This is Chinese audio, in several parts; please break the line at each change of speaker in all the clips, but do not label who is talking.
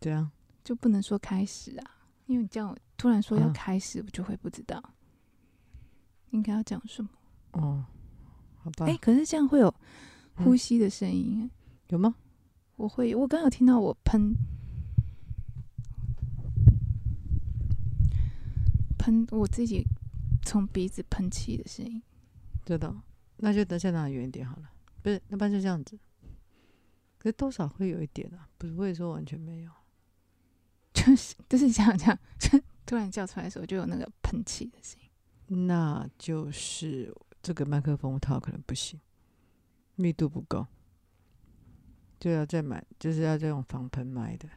对啊，
就不能说开始啊，因为你这样突然说要
啊
开始，我就会不知道应该要讲什么。
哦，好吧，
哎、可是这样会有
嗯
呼吸的声音、欸
有吗？
我会，我刚刚有听到我喷喷我自己从鼻子喷气的声音。
知道，那就等下拿远一点好了。不是，那不然就这样子。可是多少会有一点啊，不会说完全没有。
就是就是这样这样，突然叫出来的时候就有那个喷气的声音。
那就是这个麦克风套可能不行，密度不够，就要再买，就是要这种防喷麦的。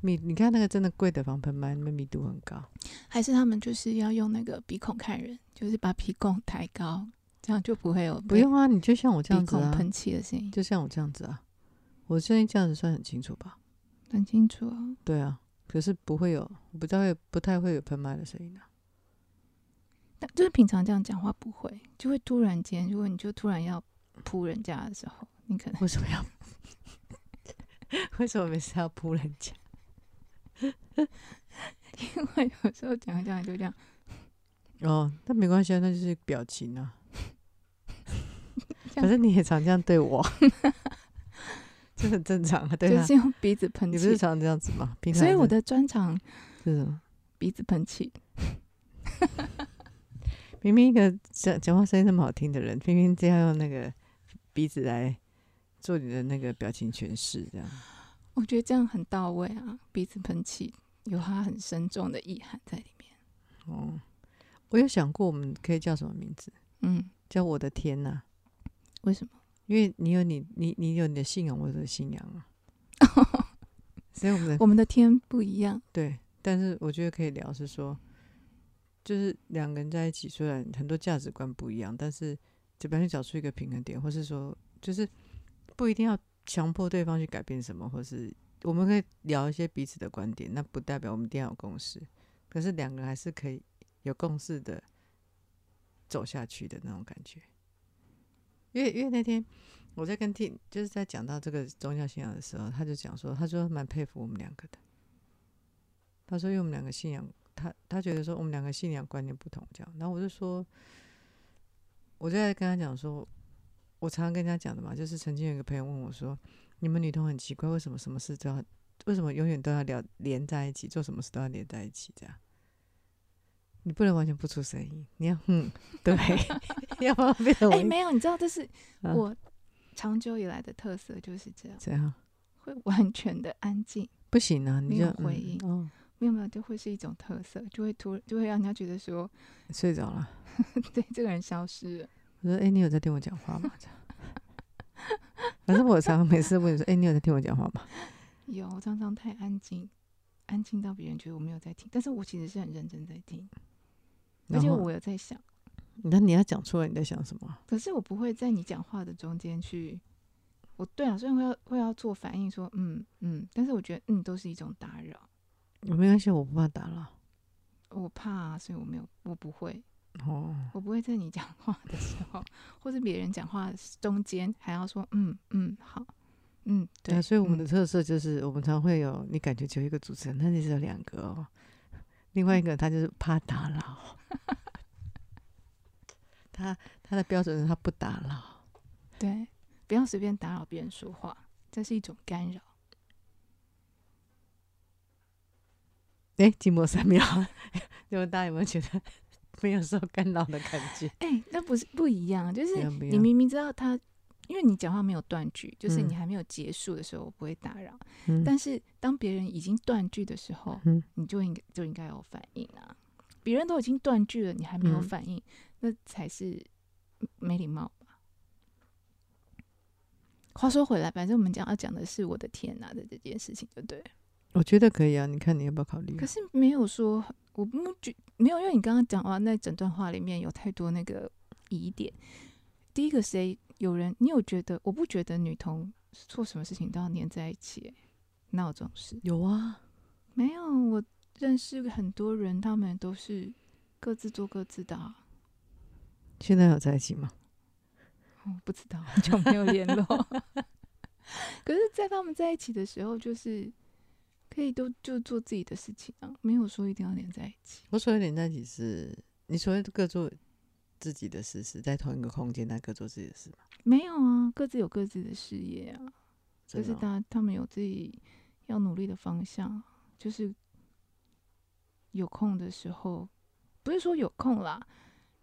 密，你看那个真的贵的防喷麦，那密度很高。
还是他们就是要用那个鼻孔看人，就是把鼻孔抬高，这样就不会有
不用啊，你就像我这
鼻
样子
孔
啊，
喷气的声音，
就像我这样子啊，我声音这样子算很清楚吧？
很清楚哦。
对啊，可是不会有，不太会，不太会有喷麦的声音的、啊
但就是平常这样讲话不会，就会突然间，如果你就突然要扑人家的时候，你可 能
为什么要？ 为什么每次要扑人家？
因为有时候讲一讲就这样，
哦，那没关系啊，那就是表情 啊。
这
反
样
正你也常这样对我，这很正常啊，对
就
啊。
是用鼻子喷
你不是
气。
常这样子吗？平常
所以我
的
的专长
是什么？
鼻子喷气，
明明一个讲讲话声音那么好听的人，偏偏这样用那个鼻子来做你的那个表情诠释，这样。
我觉得这样很到位啊。鼻子喷气有它很深重的意涵在里面。
哦，我有想过我们可以叫什么名字？
嗯，
叫我的天呐、
为什么？
因为你有你你你有你的信仰，我有我的信仰啊。所以我们的
我们的天不一样，
对，但是我觉得可以聊是说，就是两个人在一起，虽然很多价值观不一样，但是怎么样去找出一个平衡点，或是说，就是不一定要强迫对方去改变什么，或是我们可以聊一些彼此的观点，那不代表我们一定要有共识，可是两个人还是可以有共识的走下去的那种感觉。因为因为那天我在跟 T 就是在讲到这个宗教信仰的时候，他就讲说，他说蛮佩服我们两个的。他说因为我们两个信仰，他他觉得说我们两个信仰观念不同这样，然后我就说，我就在跟他讲说，我常常跟人家讲的嘛，就是曾经有一个朋友问我说，你们女同很奇怪，为什么什么事都要，为什么永远都要聊连在一起，做什么事都要连在一起这样。你不能完全不出声音，你要嗯，对， 要不然变成
哎、
我一
没有，你知道这是
啊
我长久以来的特色，就是这样，
这样
会完全的安静，
不行啊，
没
你就
有回应
嗯、哦，
没有没有，就会是一种特色，就会突就会让人家觉得说，
睡着了。
对，这个人消失了，
我说：“哎、你有在听我讲话吗？”这样，反正我常常每次问你说：“哎、你有在听我讲话吗
有我常常太安静，安静到别人觉得我没有在听，但是我其实是很认真在听，？”而
然
且
后
我有在想，
那你要讲出来你在想什么啊？
可是我不会在你讲话的中间去。我对啊，虽然会要会要做反应说嗯嗯，但是我觉得嗯都是一种打扰，
我没关系，我不怕打扰。
我怕、啊，所以我没有我不会，
哦，
我不会在你讲话的时候，或是别人讲话中间还要说嗯嗯好，嗯对、
对啊，所以我们的
嗯
特色就是，我们常会有你感觉只有一个主持人，但是只有两个哦。另外一个他就是怕打扰，他他的标准是他不打扰。
对，不要随便打扰别人说话，这是一种干扰。
哎、静默三秒， 你们大家有没有觉得没有受干扰的感觉？
哎、那不是不一样，就
不
是
要不
你
要
明明知道他，因为你讲话没有断句，就是你
嗯
还没有结束的时候，我不会打扰。
嗯
但是当别人已经断句的时候，
嗯
你就应该就应该有反应啊。别人都已经断句了，你还没有
嗯
反应，那才是没礼貌吧？话说回来，反正我们讲要讲的是我的天呐、的这件事情，对不对了？
我觉得可以啊，你看你要不要考虑啊？
可是没有说，我不觉没有，因为你刚刚讲啊完那整段话里面有太多那个疑点。第一个谁有人，你有觉得？我不觉得女同做什么事情都要黏在一起、欸，哪有这种事？
有啊，
没有，我认识很多人，他们都是各自做各自的、啊。
现在有在一起吗？
我不知道，很 久没有联络。可是，在他们在一起的时候，就是可以都就做自己的事情啊，没有说一定要连在一起。
我所谓连在一起是，你所谓的各做自己的事，是在同一个空间，但各做自己的事嘛？
没有啊，各自有各自的事业啊，就
真
是
的哦、
大他们有自己要努力的方向，就是有空的时候，不是说有空啦，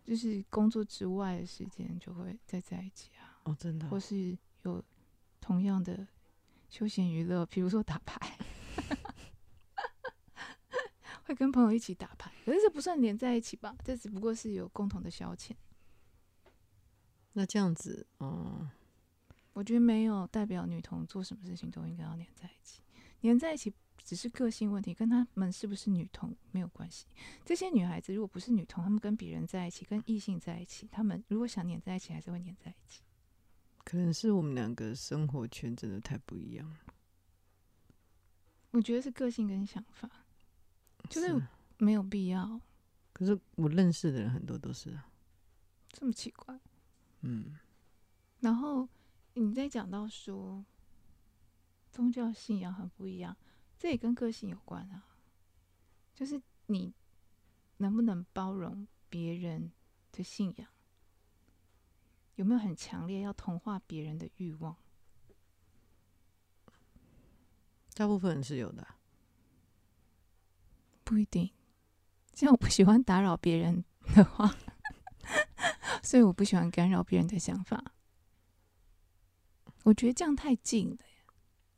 就是工作之外的时间就会再在一起啊，
哦，真的哦、
或是有同样的休闲娱乐，比如说打牌， 会跟朋友一起打牌，可是这不算连在一起吧？这只不过是有共同的消遣。
那这样子，嗯，
我觉得没有代表女同做什么事情都应该要黏在一起，黏在一起只是个性问题，跟她们是不是女同没有关系。这些女孩子如果不是女同，她们跟别人在一起，跟异性在一起，她们如果想黏在一起，还是会黏在一起。
可能是我们两个生活圈真的太不一样了，
我觉得是个性跟想法就是
啊
没有必要
可是我认识的人很多都是啊，
这么奇怪。
嗯，
然后你再讲到说宗教信仰很不一样，这也跟个性有关啊，就是你能不能包容别人的信仰，有没有很强烈要同化别人的欲望？
大部分人是有的啊、
不一定，像我不喜欢打扰别人的话， 所以我不喜欢干扰别人的想法。我觉得这样太近了耶，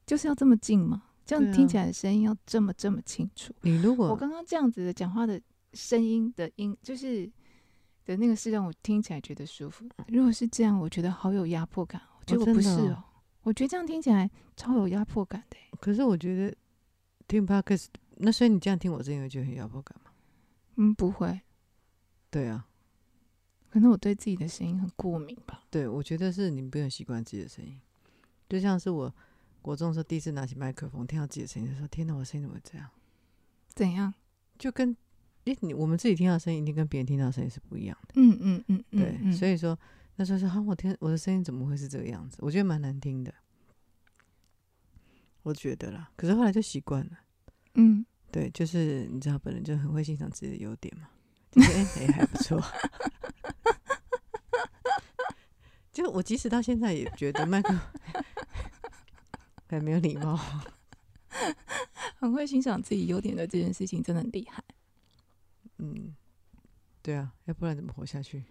就是要这么近吗？这
对
样
啊
听起来的声音要这么这么清楚。
你如
我
果
刚刚这样子的讲话的声音的音，就是的那个是让我听起来觉得舒服。如果是这样，我觉得好有压迫感哦。我
嗯
觉
哦
得我不是
真的哦
哦，我觉得这样听起来超有压迫感的耶。
可是我觉得听 podcast，那所以你这样听我声音会觉得很压迫感吗？
嗯，不会，
对啊，
可能我对自己的声音很过敏吧。
对，我觉得是你没有习惯自己的声音，就像是我国中的时候第一次拿起麦克风，听到自己的声音，就说：“天哪，我声音怎么会这样
怎样？？”
就跟诶，你我们自己听到的声音，一定跟别人听到的声音是不一样的。
嗯嗯嗯，嗯
对，
嗯
所以说那时候说：“哈、啊我听我的声音怎么会是这个样子？”我觉得蛮难听的，我觉得啦。可是后来就习惯了。
嗯，
对，就是你知道，本人就很会欣赏自己的优点嘛，就是哎、诶还不错。 就我即使到现在也觉得麦克很没有礼貌，
很会欣赏自己优点的这件事情真的很厉害。
嗯，对啊，要不然怎么活下去？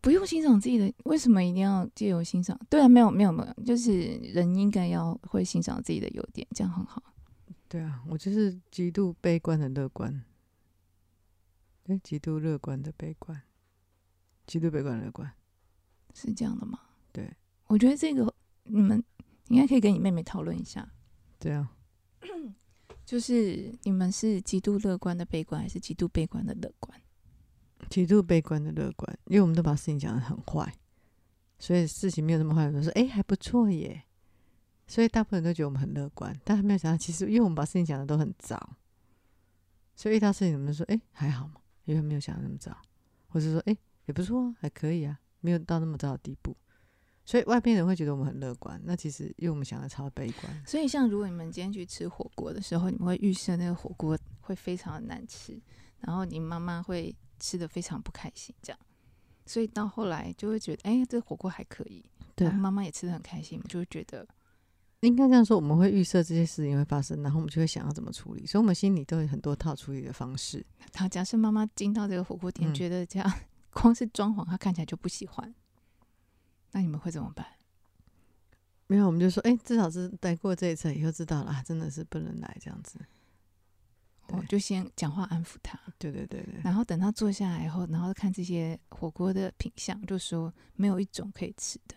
不用欣赏自己的，为什么一定要借由欣赏？对啊，没有没有没有，就是人应该要会欣赏自己的优点，这样很好。
对啊，我就是极度悲观的乐观，哎，极度乐观的悲观，极度悲观的乐观，
是这样的吗？
对，
我觉得这个你们应该可以跟你妹妹讨论一下，
对啊，
就是你们是极度乐观的悲观，还是极度悲观的乐观？
极度悲观的乐观，因为我们都把事情讲得很坏，所以事情没有那么坏。我们说，哎、还不错耶。所以大部分人都觉得我们很乐观，但他没有想到，其实因为我们把事情讲的都很糟，所以遇到事情我们就说，哎、还好嘛，因为没有想的那么糟，或者说，哎、也不错啊，还可以啊，没有到那么糟的地步。所以外面人会觉得我们很乐观，那其实因为我们想的超悲观，
所以，像如果你们今天去吃火锅的时候，你们会预设那个火锅会非常的难吃，然后你妈妈会吃的非常不开心，这样。所以到后来就会觉得，哎、这火锅还可以，
对啊
然后妈妈也吃的很开心，我们就会觉得，
应该这样说，我们会预设这些事情会发生，然后我们就会想要怎么处理，所以我们心里都有很多套处理的方式。
好，假设妈妈进到这个火锅店，
嗯
觉得这样光是装潢，她看起来就不喜欢，那你们会怎么办？
没有，我们就说，哎、至少是待过这一次以后知道了，啊、真的是不能来这样子。
我
对
就先讲话安抚 她，
对对对对，
然后等她坐下来以后，然后看这些火锅的品相，就说没有一种可以吃的。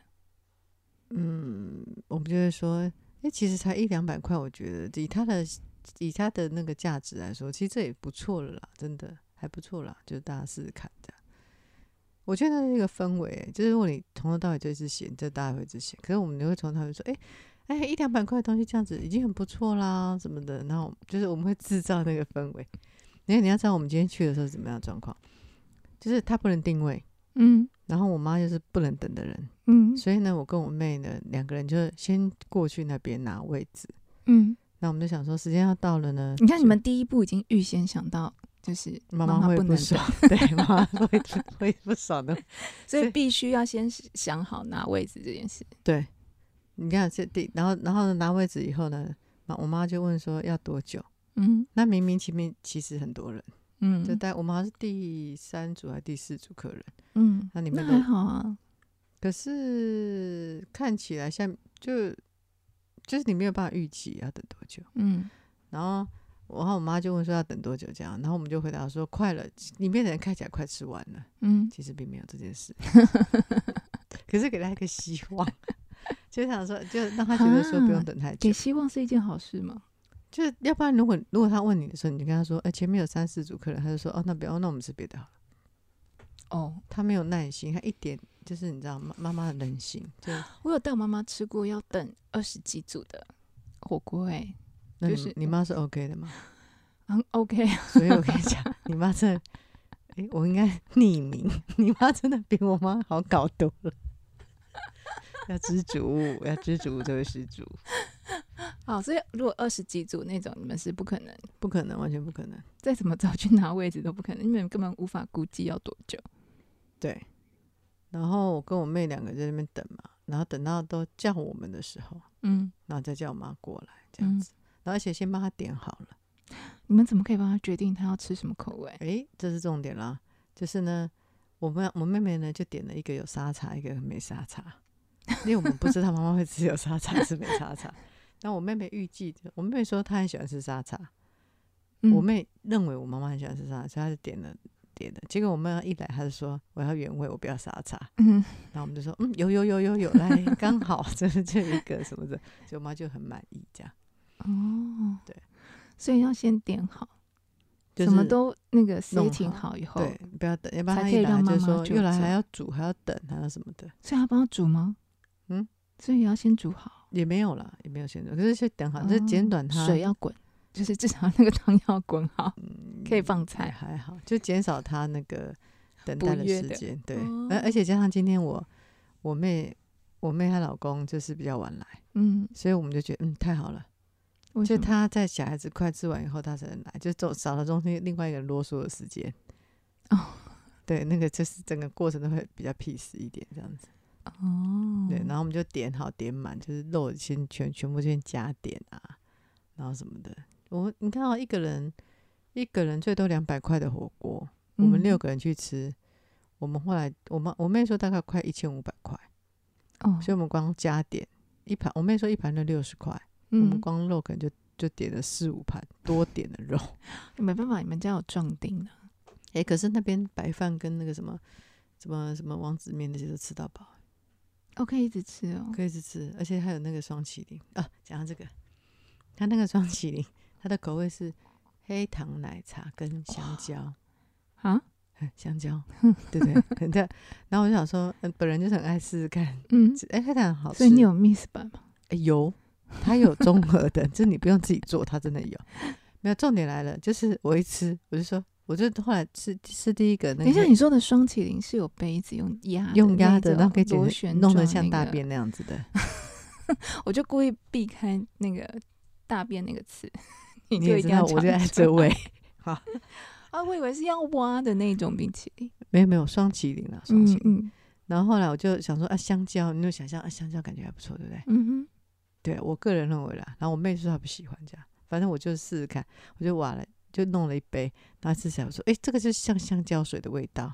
嗯，我们就会说，哎、其实才一两百块，我觉得以他的以他的那个价值来说，其实这也不错了啦，真的还不错啦，就是大家试试看这样。我觉得那个氛围、就是如果你从头到尾就一直嫌，这大家会一直嫌，可是我们就会从头到尾说，哎、哎，一两百块的东西这样子已经很不错啦，什么的。然后就是我们会制造那个氛围。因为你要知道我们今天去的时候是怎么样的状况，就是他不能定位，
嗯
然后我妈就是不能等的人，
嗯
所以呢，我跟我妹呢两个人就先过去那边拿位置，
嗯
那我们就想说，时间要到了呢。
你看，你
就
们第一步已经预先想到，就是
妈
妈
会
不能
爽， 对，妈妈会会不 爽的。
所
所
以
以
必须要先想好拿位置这件事。
对，你看这第，然后然后呢拿位置以后呢，妈我妈就问说要多久？
嗯
那明明前面其实很多人，就
嗯
带我们好像是第三组还是第四组客人，
嗯，
那你
那
们
还
的
好啊。
可是看起来像就就是你没有办法预期要等多久。
嗯
然后我和我妈就问说要等多久这样，然后我们就回答说快了，里面的人看起来快吃完了。
嗯
其实并没有这件 事，可是给他一个希望， 就想说，就让他觉得说不用等太久
啊给。希望是一件好事嘛。
就是要不然，如果如果他问你的时候，你就跟他说，哎、前面有三四组客人，他就说，哦，那不要，那我们吃别的好了。
哦，
他没有耐心，他一点就是你知道妈妈妈的人性，就
我有带我妈妈吃过要等二十几组的火锅，哎，
那你、
就是
你妈是 OK 的嘛？
很 OK 啊。
所以我跟你讲，你妈真的，哎、我应该匿名， 你妈真的比我妈好搞多了。要知足，要知足，这位施主，
好，所以如果二十几组那种，你们是不可能，
不可能，完全不可能。
再怎么早去拿位置都不可能，你们根本无法估计要多久。
对，然后我跟我妹两个在那边等嘛，然后等到都叫我们的时候，
嗯，
然后再叫我妈过来这样
嗯
子，然后而且先帮她点好了，
你们怎么可以帮她决定她要吃什么口味？
诶，这是重点啦，就是呢，我们我妹妹呢就点了一个有沙茶，一个没沙茶，因为我们不知道妈妈会吃有沙茶还是没沙茶。那我妹妹预计的，我妹妹说她很喜欢吃沙茶，
嗯
我妹认为我妈妈很喜欢吃沙茶，所以她就点了点了。结果我妈一来，她就说我要原味，我不要沙茶。
嗯
然后我们就说，嗯，有有有有有，来，刚好就是这一个什么的，所以我妈就很满意，这样
哦，
对，
所以要先点好，
就是
什么都那个
弄
setting
好
好以后，
对，不要等，要不然
才
她
可以
一来
让妈
就
妈
说
就
又来还
做
要煮，还要等，还要什么的，
所以要帮她煮吗？
嗯，
所以要先煮好，
也没有啦，也没有选择，可是就等好，啊就是简
哦
短她
水要滚，就是至少那个汤要滚好，可以
嗯
放
也
菜。
还好，就减少她那个等
不
待的
悦
时
的
间，对，
哦
而而且加上今天我我妹我妹她老公就是比较晚来，
嗯，
所以我们就觉得嗯太好了。
我
就他在小孩子快吃完以后，他才能来，就走少了中间另外一个啰嗦的时间。
哦，
对，那个就是整个过程都会比较 peace 一点这样子。
哦，
对，然后我们就点好点满，就是肉先全全部先加点啊，然后什么的。我你看到、哦一个人一个人最多两百块的火锅，我们
嗯
六个人去吃，我们后来我妈我妹说大概快一千五百块，
哦，
所以我们光加点一盘，我妹说一盘就六十块，我们
嗯，
光肉可能就就点了四五盘，多点的肉。
没办法，你们家有壮丁啊，
哎、可是那边白饭跟那个什么什么什么王子面那些都吃到饱，
哦，可以一直吃哦，
可以去吃，而且还有那个双麒麟啊。讲到这个，它那个双麒麟，它的口味是黑糖奶茶跟香蕉，
啊，
嗯香 蕉，对不对？对。然后我就想说，嗯、本人就是很爱试试看，
嗯，
哎、黑糖好吃，
所以你有 miss 版吗？
诶有，它有综合的， 就是你不用自己做，它真的有。没有重点来了，就是我一吃，我就说，我就后来吃吃第一个那
等一下，
个
你说的双麒麟是有杯子用压
用压的，
的那种
然后可以剪
螺
成
旋
弄得
状
像
那
大
个，
便那样子的。
我就故意避开那个大便那个词，你
你
就
也
一
知
定
道，
要
我
讲
就爱
出来
这味。
啊，我以为是要挖的那种冰淇淋，
没有没有，双麒麟啊，双
嗯
麒麟。
嗯
然后后来我就想说啊，香蕉，你就想象啊，香蕉感觉还不错，对不对？
嗯哼，
对我个人认为啦。然后我妹说她不喜欢这样，反正我就试试看，我就挖了，就弄了一杯，然后吃起来我说，哎、这个就像香蕉水的味道。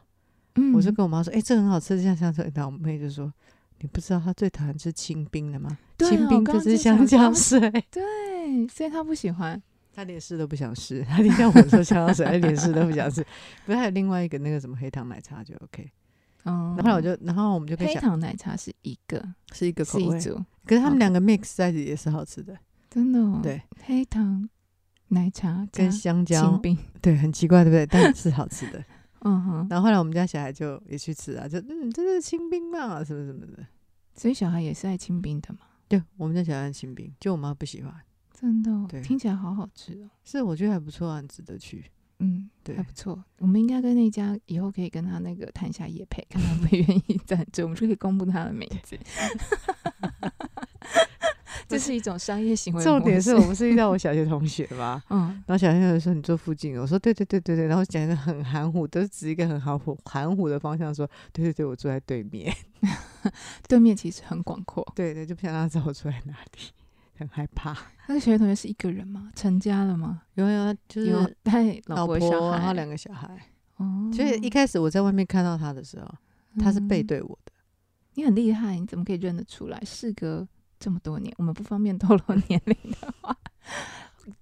嗯
我就跟我妈说，哎、这很好吃，像香蕉水。然后我妹就说。你不知道她最讨厌吃清冰了吗？
对
清
哦
冰
我刚
就
刚
是
就想
香蕉
说
水，
对，所以他不喜欢，
他连试都不想试，他听到我说香蕉水，他连试都不想试。 不是还有另外一个那个什么黑糖奶茶就 OK。
哦，
然后我就，然后我们就跟
黑
小
糖奶茶是一个，
是一个口
是一
味，
组，
可是他们
OK
两个 mix 在一起也是好吃的，
真的哦，，
嗯对，啊
黑糖奶茶加
跟香
清
蕉，
冰，
对，很奇怪，对不对？但是好吃的。
嗯哼，
然后后来我们家小孩就也去吃啊，就嗯，这是清冰嘛，什么什么的。
所以小孩也是爱清冰的嘛，
对，我们家小孩很清冰，就我妈不喜欢，
真的哦
对，
听起来好好吃哦。
是我觉得还不错啊，很值得去。
嗯，
对
还不错。我们应该跟那家以后可以跟他那个谈一下业配，看他 会不会愿意赞助，我们就可以公布他的名字。这是一种商业行为模式。
重点是我不是遇到我小学同学吗？
嗯，
然后小朋友说你坐附近，我说对对对对对，然后讲一个很含糊，都是指一个很含糊含糊的方向说，对对对，我坐在对面，
对面其实很广阔。
对对，就不想让他知道我坐在哪里，很害怕。
那个小学同学是一个人吗？成家了吗？
有有，就
有
是
带老
老
婆
婆，
小
然
孩
后。两个小孩。
哦
所以一开始我在外面看到他的时候，他是背
嗯
对我的，
你很厉害，你怎么可以认得出来？事隔这么多年，我们不方便透露年龄的话，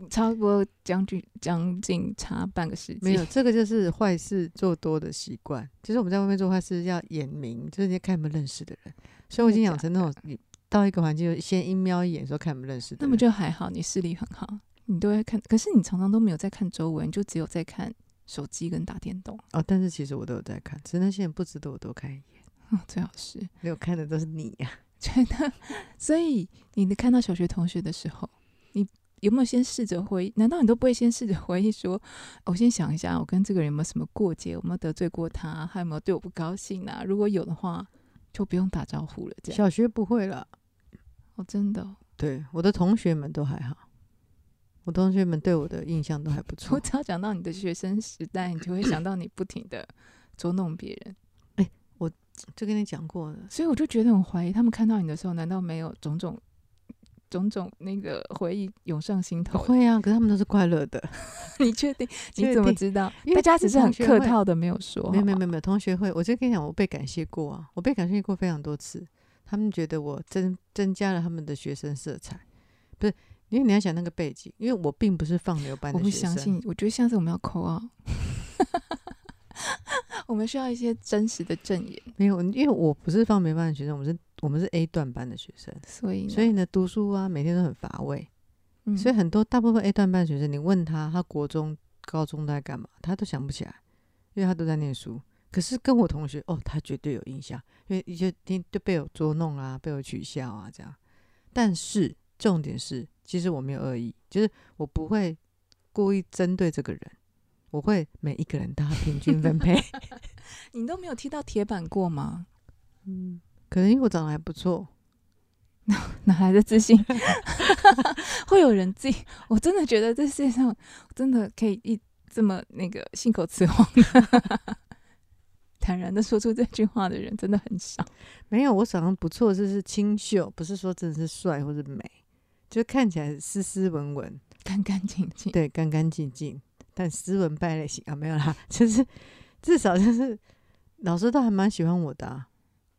差不多将近将近差半个世纪。
没有，这个就是坏事做多的习惯。就是我们在外面做坏事要眼明，就是你要看有没有认识的人。所以我已经养成那种，你到一个环境就先一瞄一眼，说看有没有认识的
那
人。
么就还好，你视力很好，你都会看。可是你常常都没有在看周围，你就只有在看手机跟打电动
哦，但是其实我都有在看，只是那些人不值得我多看一眼。
啊，最好是
没有看的都是你呀、
觉得。所以你看到小学同学的时候，你有没有先试着回忆？难道你都不会先试着回忆说，哦我先想一下，我跟这个人有没有什么过节？有没有得罪过他？还有没有对我不高兴啊？如果有的话，就不用打招呼了。这样
小学不会了，
哦，真的哦、
对我的同学们都还好，我同学们对我的印象都还不
我
错。
只要讲到你的学生时代，你就会想到你不 停的捉弄别人。
就跟你讲过的，
所以我就觉得很怀疑，他们看到你的时候，难道没有种种种种那个回忆涌上 心头？
会啊，可是他们都是快乐的。
你确定？你
确
怎么
定
知道
因？为
大家只是很
同学
客
会
套的没有说，
没有
好
没有
吗
没有没有同学会，我就跟你讲，我被感谢过啊，我被感谢过非常多次。他们觉得我增增加了他们的学生色彩，不是因为你要想那个背景，因为我并不是放牛班
我
的
不
学
相
生，
信，我觉得下次我们要扣啊，我们需要一些真实的证言。
没有，因为我不是放牛班的学生，我们是我们是 A 段班的学生，
所以呢，
所以呢，读书啊每天都很乏味，
嗯
所以很多大部分 A 段班学生，你问他他国中、高中都在干嘛，他都想不起来，因为他都在念书。可是跟我同学，哦，他绝对有印象，因为一些天就被我捉弄啊，被我取笑啊这样。但是重点是，其实我没有恶意，就是我不会故意针对这个人，我会每一个人大家平均分配。
你都没有踢到铁板过吗？
嗯，可能因为我长得还不错，
哪来的自信？会有人自己？我真的觉得这世界上真的可以一这么那个信口雌黄的坦然的说出这句话的人真的很少。
没有，我长得不错，就是清秀，不是说真的是帅或者美，就看起来斯斯文文，
干干净净，
对，干干净净，但斯文败类型啊，没有啦，就是至少就是老师都还蛮喜欢我的、啊，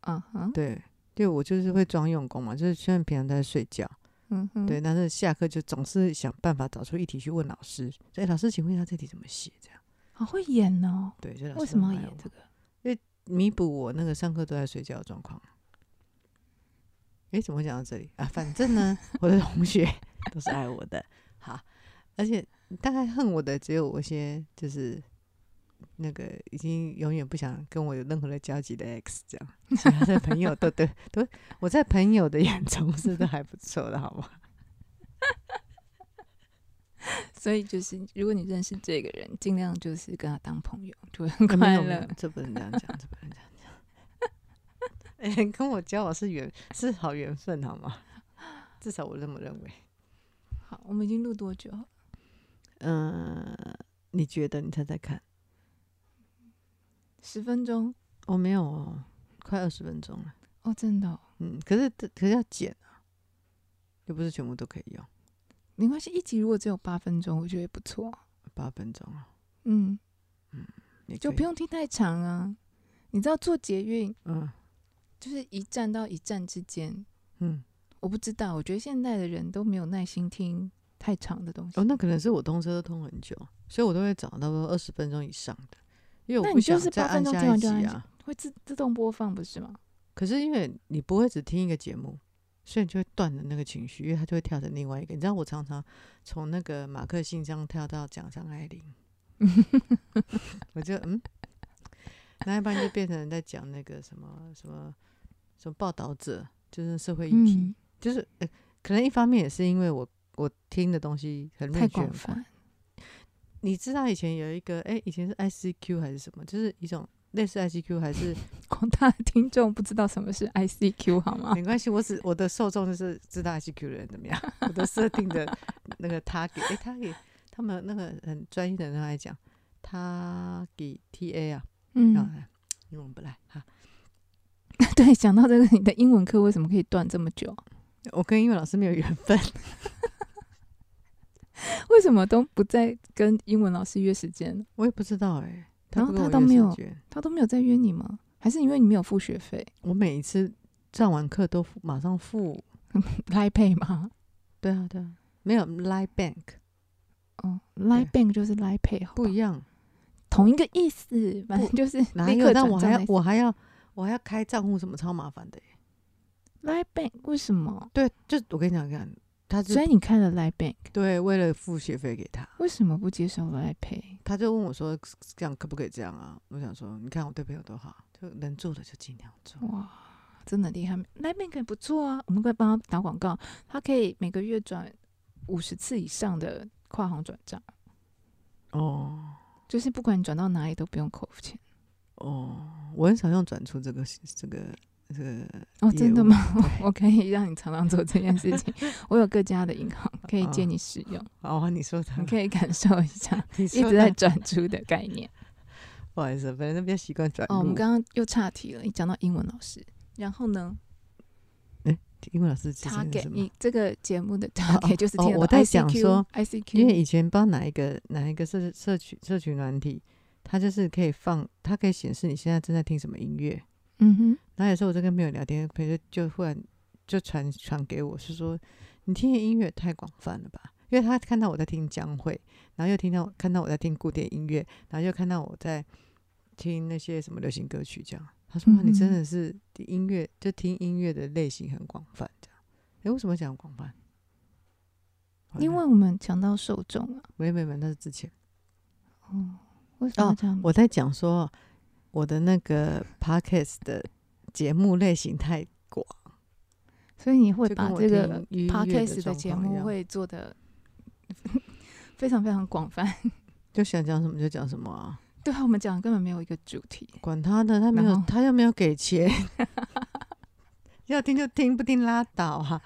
嗯哼，
对，对我就是会装用功嘛，就是虽然平常都在睡觉，
嗯哼，
对，但是下课就总是想办法找出一题去问老师，所以老师，请问一下这题怎么写？这样，
好会演哦。
对，所以老师
为什么
很
要
爱
演
我
这个？
弥补我那个上课都在睡觉的状况。诶，怎么会讲到这里啊？反正呢，我的同 学都是爱我的，好，而且大概恨我的只有我一些就是那个已经永远不想跟我有任何的交集的 X 这样，其他的朋友都对都我在朋友的眼中是都还不错的，好吗？
所以就是，如果你认识这个人，尽量就是跟他当朋友，就会很
啊没
快
有没有
乐。
这不能这样讲，这不能这样讲。 诶跟我交往是缘是好缘分，好吗？至少我这么认为。
好，我们已经录多久了？
嗯，你觉得你猜猜看？
十分钟
我、没有哦，快二十分钟了。
哦，真的、哦、
嗯，可是这可是要剪啊，又不是全部都可以用，
没关系。一集如果只有八分钟，我觉得也不错。
八分钟啊，
嗯，
也
就
可以
不用听太长啊。你知道坐捷运
嗯
就是一站到一站之间，
嗯。
我不知道，我觉得现在的人都没有耐心听太长的东西。
哦，那可能是我通车都通很久，所以我都会找差不多二十分钟以上的，因为
那
我
你
不
就
想
是
再
8
按
分钟
下
听
一
完就
集
按下
啊。
会自自动播放不是吗？
可是因为你不会只听一个节目，所以你就会断了那个情绪，因为它就会跳成另外一个。你知道我常常从那个马克信箱跳到讲张爱 玲，我就嗯，那一般就变成在讲那个什么什么什么报道者，就是社会议题，
嗯，
就是、呃、可能一方面也是因为我我听的东西很
太
论据
广
很广
泛。
你知道以前有一个哎、以前是 ICQ 还是什么，就是一种类似 ICQ 还是
广大的听众不知道什么是 ICQ 好吗？
没关系，我只我的受众就是知道 ICQ 的人怎么样， 我的设定的那个 target，哎、他给他们那个很专业的人来讲，他给 TA 啊，
嗯，
啊，英文不赖哈。
对，讲到这个，你的英文课为什么可以断这么久？
我跟英文老师没有缘分，
为什么都不再跟英文老师约时间？
我也不知道哎、
然
他
后
不跟
哦他
我
都
约
没
时
有
间
他都没有再约你吗？还是因为你没有付学费
我每一次上完课都付马上付，
，Line Pay 吗？
对啊对啊，没有 Line Bank
哦，Line Bank 就是 Line Pay，好吧
不一样，
同一个意思，反正就是
哪
哦立
有？
刻
但
转
我
账
还要
那
我还要我还要开账户，什么超麻烦的耶、
Line Bank 为什么？
对，就我跟你讲，看他就
所以你看了 Line Bank，
对为了付学费给他，
为什么不接受 Line Pay？
他就问我说这样可不可以这样啊？我想说，你看我对朋友多好，就能做的就尽量做。
哇，真的厉害！Line Bank 也不错啊，我们快帮他打广告，他可以每个月转五十次以上的跨行转账，
哦
就是不管你转到哪里都不用扣钱。
哦，我很少用转出这个这个这个
哦，
业
真的
务
吗？我可以让你常常做这件 事情，我有各家的银行可以借
啊
你使用，
哦，你说他
你可以感受一下
一
一直在转出的概 念。
不好意思，本来比较习惯转
哦，我们
录
刚刚又岔题了，你讲到英文老师，然后呢，
英文老师之
他
前是
给
什么
你这个节目的他给就是
哦
听得
我
懂
在想
ICQ
说
ICQ，
因为以前不知道哪一个哪一个社社群社群软体，它就是可以放，它可以显示你现在正在听什么音乐。
嗯哼，
然后有时候我在跟朋友聊天，朋友就忽然就传传给我，是说你听的音乐太广泛了吧？因为他看到我在听江蕙，然后又听到看到我在听古典音乐，然后又看到我在听那些什么流行歌曲，这样他
嗯
说、哇，你真的是音乐就听音乐的类型很广泛，这样。诶，为什么讲广泛？好
因
那
为我们讲到受众啊，
没没没，那是之前。
哦，为什么要
哦
这样？
我在讲说我的那个 podcast 的节目类型太广，
所以你会
就跟
把
我
这个
听音乐
podcast 的
状
节
况一
目
样
会做的 非常非常广泛。
就想讲什么就讲什么啊，
对啊，我们讲的根本没有一个主题。
管他的，他没有
然后
他又没有给钱， 要听就听，不听拉倒啊！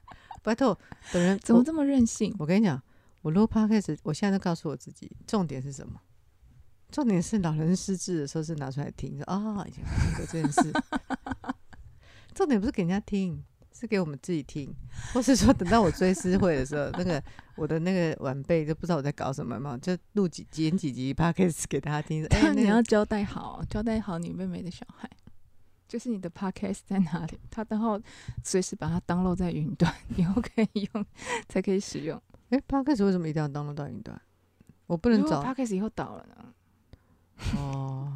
拜托，本人
怎么这么任性
我？我跟你讲，我录 podcast，我现在都告诉我自己，重点是什么？重点是老人失智的时候是拿出来听，说啊、以前发生过这件事。 重点不是给人家听，是给我们自己听，或是说等到我追思会的时候，那个我的那个晚辈就不知道我在搞什么嘛，就录几剪几集 podcast 给大家听。哎、
但
那
啊你
个
要交代好，交代好你妹妹的小孩，就是你的 podcast 在哪里，她然后随时把它 download 在云端，以后可以用，才可以使用。
哎、p o d c a s t 为什么一定要 download 到云端？我不
如
能
果
找
podcast 以后倒了呢？
哦，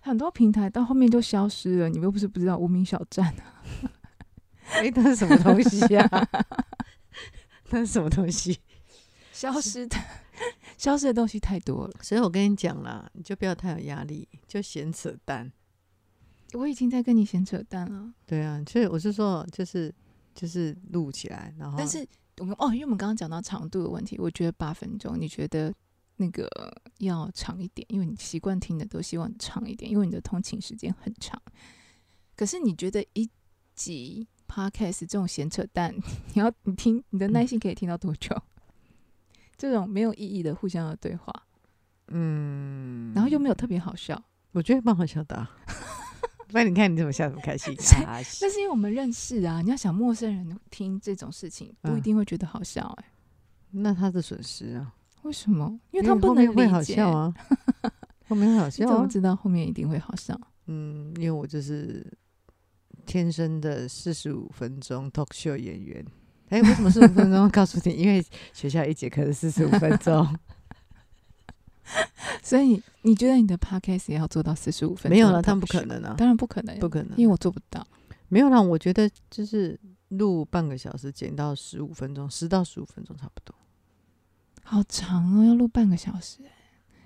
很多平台到后面就消失了，你们又不是不知道无名小站啊，
哎、那是什么东西呀、 那是什么东西？
消失的 消失的东西太多了。
所以我跟你讲啦，你就不要太有压力，就闲扯淡。
我已经在跟你闲扯淡了，
对啊，所以我是说，就是就是录起来，然后
但是我们哦，因为我们刚刚讲到长度的问题，我觉得八分钟，你觉得那个要长一点，因为你习惯听的都希望长一点，因为你的通勤时间很长。可是你觉得一集 podcast 这种闲扯淡，你要你听你的
嗯
耐心可以听到多久？ 这种没有意义的互相的对话，
嗯，
然后又没有特别好笑。
我觉得蛮好笑 的、啊。不然你看你怎么笑得这么开心
所以
啊？
那 是因为我们认识啊，你要想陌生人听这种事情，不一
嗯
定会觉得好笑哎、
那他的损失啊，
为什么？因
因
为他们不
后
能
面
理
会
解。
好笑 啊，后面会好
你
笑
怎
啊
么。知道后面一定会好笑？
嗯，因为我就是天生的四十五分钟 talk show 演员。哎、为什么四十五分 钟？告诉你，因为学校一节课是四十五分钟，
所以你觉得你的 podcast 也要做到四十五分钟？
没有了，他们不可，能啊，
当然不可能，
不可能，
因为我做不到。
没有啦。我觉得就是录半个小时，减到十五分钟，十到十五分钟差不多。
好长哦，要录半个小时哎。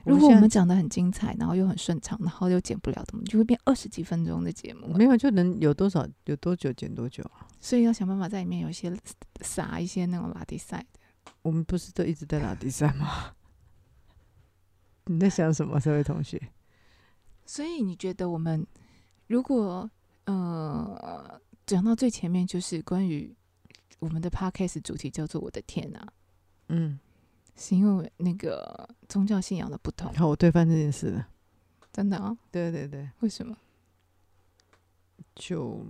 如果我们讲的很精彩，然后又很顺畅，然后又剪不了的，我们就会变二十几分钟的节目
现在。没有就能有多少有多久减多久啊？
所以要想办法在里面有一些撒一些那种拉迪赛的。
我们不是都一直 在打比赛吗？你在想什么，这位同学？
所以你觉得我们如果呃讲到最前面，就是关于我们的 podcast 主题叫做“我的天啊
嗯，”，
是因为那个宗教信仰的不同，
好，我推翻这件事了。
真的啊？
对对对，
为什么？
就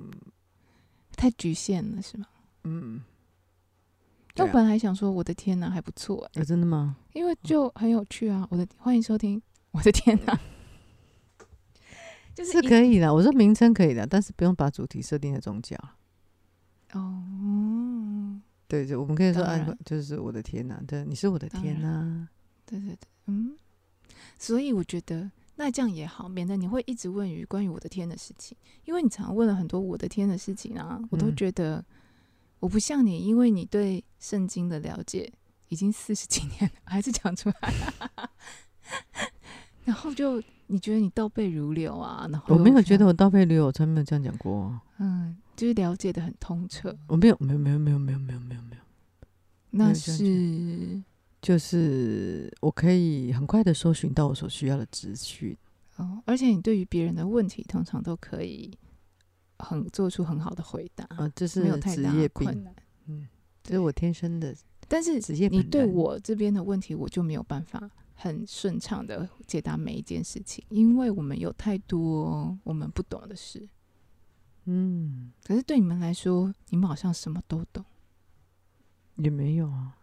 太局限了是吗？
嗯，对
那我
啊
本来还想说，我的天呐、还不错、欸，
呃真的吗？
因为就很有趣啊！我的欢迎收听，我的天呐、
嗯
就是
是
一
可以的，我说名称可以的，但是不用把主题设定在宗教。
哦，
对，就我们可以说，
当
哎
然，
就是我的天呐、对，你是我的
当
天呐、
对对对，嗯，所以我觉得那这样也好，免得你会一直问于关于我的天的事情，因为你常问了很多我的天的事情啊，我都
嗯
觉得我不像你，因为你对圣经的了解已经四十几年了，还是讲出来， 然后就你觉得你倒背如流啊，然后
我没有觉
得。
得我倒背如流，我从来没有这样讲过哦。
嗯，就是了解的很通彻。
我哦没有，没有，没有，没有，没有，没有，没有，没有，
那
有这样觉
是
就是我可以很快的搜寻到我所需要的资讯。
哦，而且你对于别人的问题，通常都可以很做出很好的回答，
啊，这是
没有太
职
大
业
的
病
困，难。
这是我天生的
但是
职业本
你
能。
对我这边的问题，我就没有办法很顺畅的解答每一件事情，因为我们有太多我们不懂的事。
嗯，
可是对你们来说，你们好像什么都懂。
也没有啊。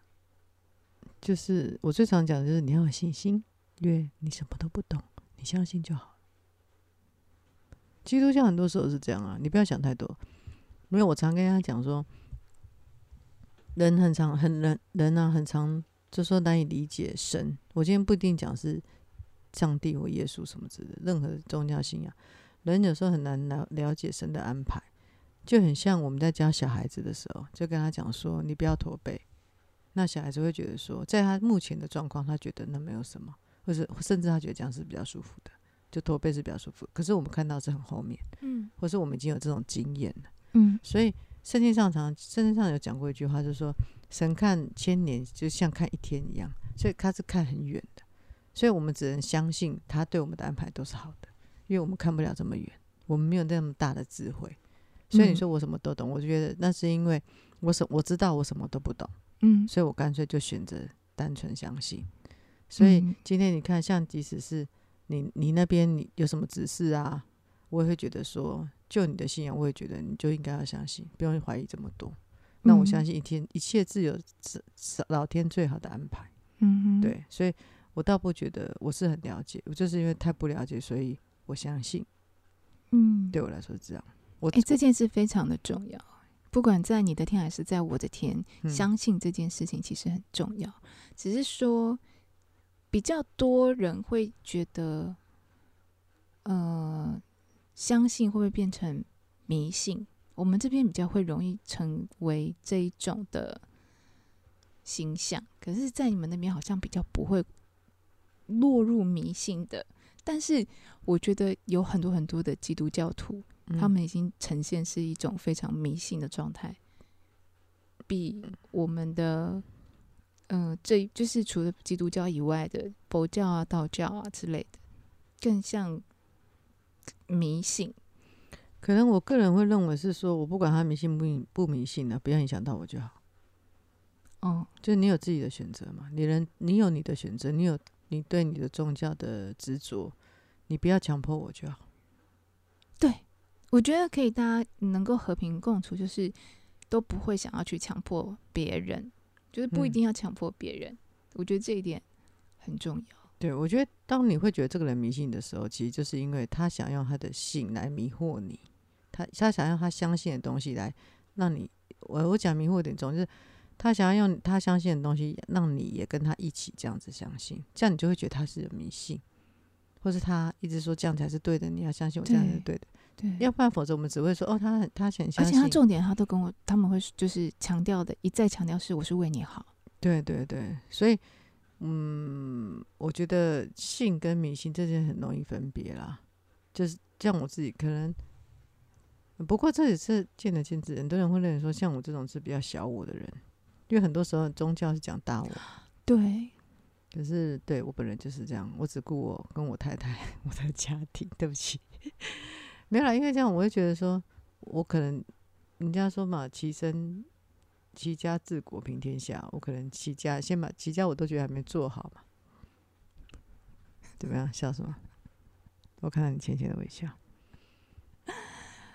就是我最常讲的就是你要有信心，因为你什么都不懂，你相信就好。基督教很多时候是这样啊，你不要想太多。没有，我常跟大家讲说，人很常很人人啊，很常就说难以理解神。我今天不一定讲是上帝或耶稣什么之类的，任何宗教信仰，人有时候很难了了解神的安排。就很像我们在教小孩子的时候，就跟他讲说你不要驼背，那小孩子会觉得说，在他目前的状况，他觉得那没有什么，或者甚至他觉得这样是比较舒服的，就驼背是比较舒服。可是我们看到是很后面，
嗯
或是我们已经有这种经验了，
嗯
所以圣经上常圣经上有讲过一句话，就是说神看千年就像看一天一样，所以他是看很远的，所以我们只能相信他对我们的安排都是好的，因为我们看不了这么远，我们没有那么大的智慧。所以你
嗯
说我什么都懂，我就觉得那是因为我什我知道我什么都不懂，
嗯，
所以我干脆就选择单纯相信。所以
嗯
今天你看，像即使是你你那边你有什么指示啊，我也会觉得说，就你的信仰，我也觉得你就应该要相信，不用怀疑这么多。那
嗯
我相信一天一切自有自自老天最好的安排。
嗯，嗯哼，
对，所以我倒不觉得我是很了解，我就是因为太不了解，所以我相信。
嗯，
对我来说是这样。我
哎、这件事非常的重要，不管在你的天还是在我的天，
嗯
相信这件事情其实很重要。只是说，比较多人会觉得，呃，相信会不会变成迷信？我们这边比较会容易成为这一种的形象，可是，在你们那边好像比较不会落入迷信的。但是，我觉得有很多很多的基督教徒，他
嗯
们已经呈现是一种非常迷信的状态，比我们的，呃，这就是除了基督教以外的佛教啊、道教啊之类的，更像迷信。
可能我个人会认为是说，我不管他迷信不迷不迷信呢、啊不要影响到我就好。
哦，
就你有自己的选择嘛，你人你有你的选择，你有你对你的宗教的执着，你不要强迫我就好。
对，我觉得可以，大家能够和平共处，就是都不会想要去强迫别人，就是不一
嗯
定要强迫别人。我觉得这一点很重要。
对我觉得，当你会觉得这个人迷信的时候，其实就是因为他想用他的信来迷惑你，他他想用他相信的东西来让你，我我讲迷惑有点重，就是他想要用他相信的东西让你也跟他一起这样子相信，这样你就会觉得他是有迷信，或是他一直说这样才是对的，你要相信我这样才是对的。
对，
要不然否则我们只会说哦，他很他很
而
相
且
信，
他重点，他都跟我，他们会就是强调的，一再强调是我是为你好。
对对对，所以嗯，我觉得信跟迷信这件很容易分别啦，就是像我自己可能，不过这也是见仁见智，很多人会认为说像我这种是比较小我的人，因为很多时候宗教是讲大我，
对，
可是对我本人就是这样，我只顾我跟我太太、 我的家庭。对不起， 没有啦，因为这样我会觉得说，我可能人家说嘛，其身齐家治国平天下，我可能齐家先把齐家我都觉得还没做好嘛。怎么样？笑什么？我看到你浅浅的微笑，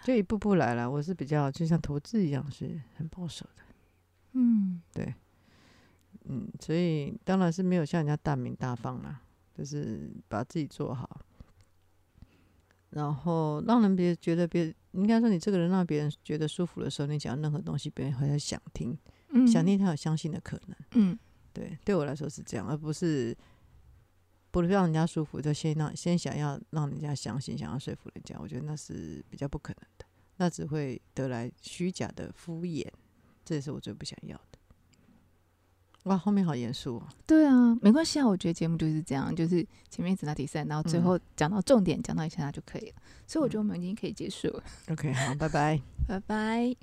就一步步来了。我是比较就像投资一样，是很保守的。
嗯，
嗯，所以当然是没有像人家大名大放啦，就是把自己做好，然后让人别觉得别应该说你这个人让别人觉得舒服的时候，你讲任何东西，别人好像想听，
嗯
想听他有相信的可能。
嗯，
对，对我来说是这样，而不是不让人家舒服，就先让先想要让人家相信，想要说服人家，我觉得那是比较不可能的，那只会得来虚假的敷衍，这也是我最不想要的。哇，后面好严肃哦。
对啊，没关系啊，我觉得节目就是这样，就是前面一直拉比赛，然后最后讲 到重点，讲到一下就可以了。所以我觉得我们已经可以结束了，
OK，好，拜拜。
拜拜。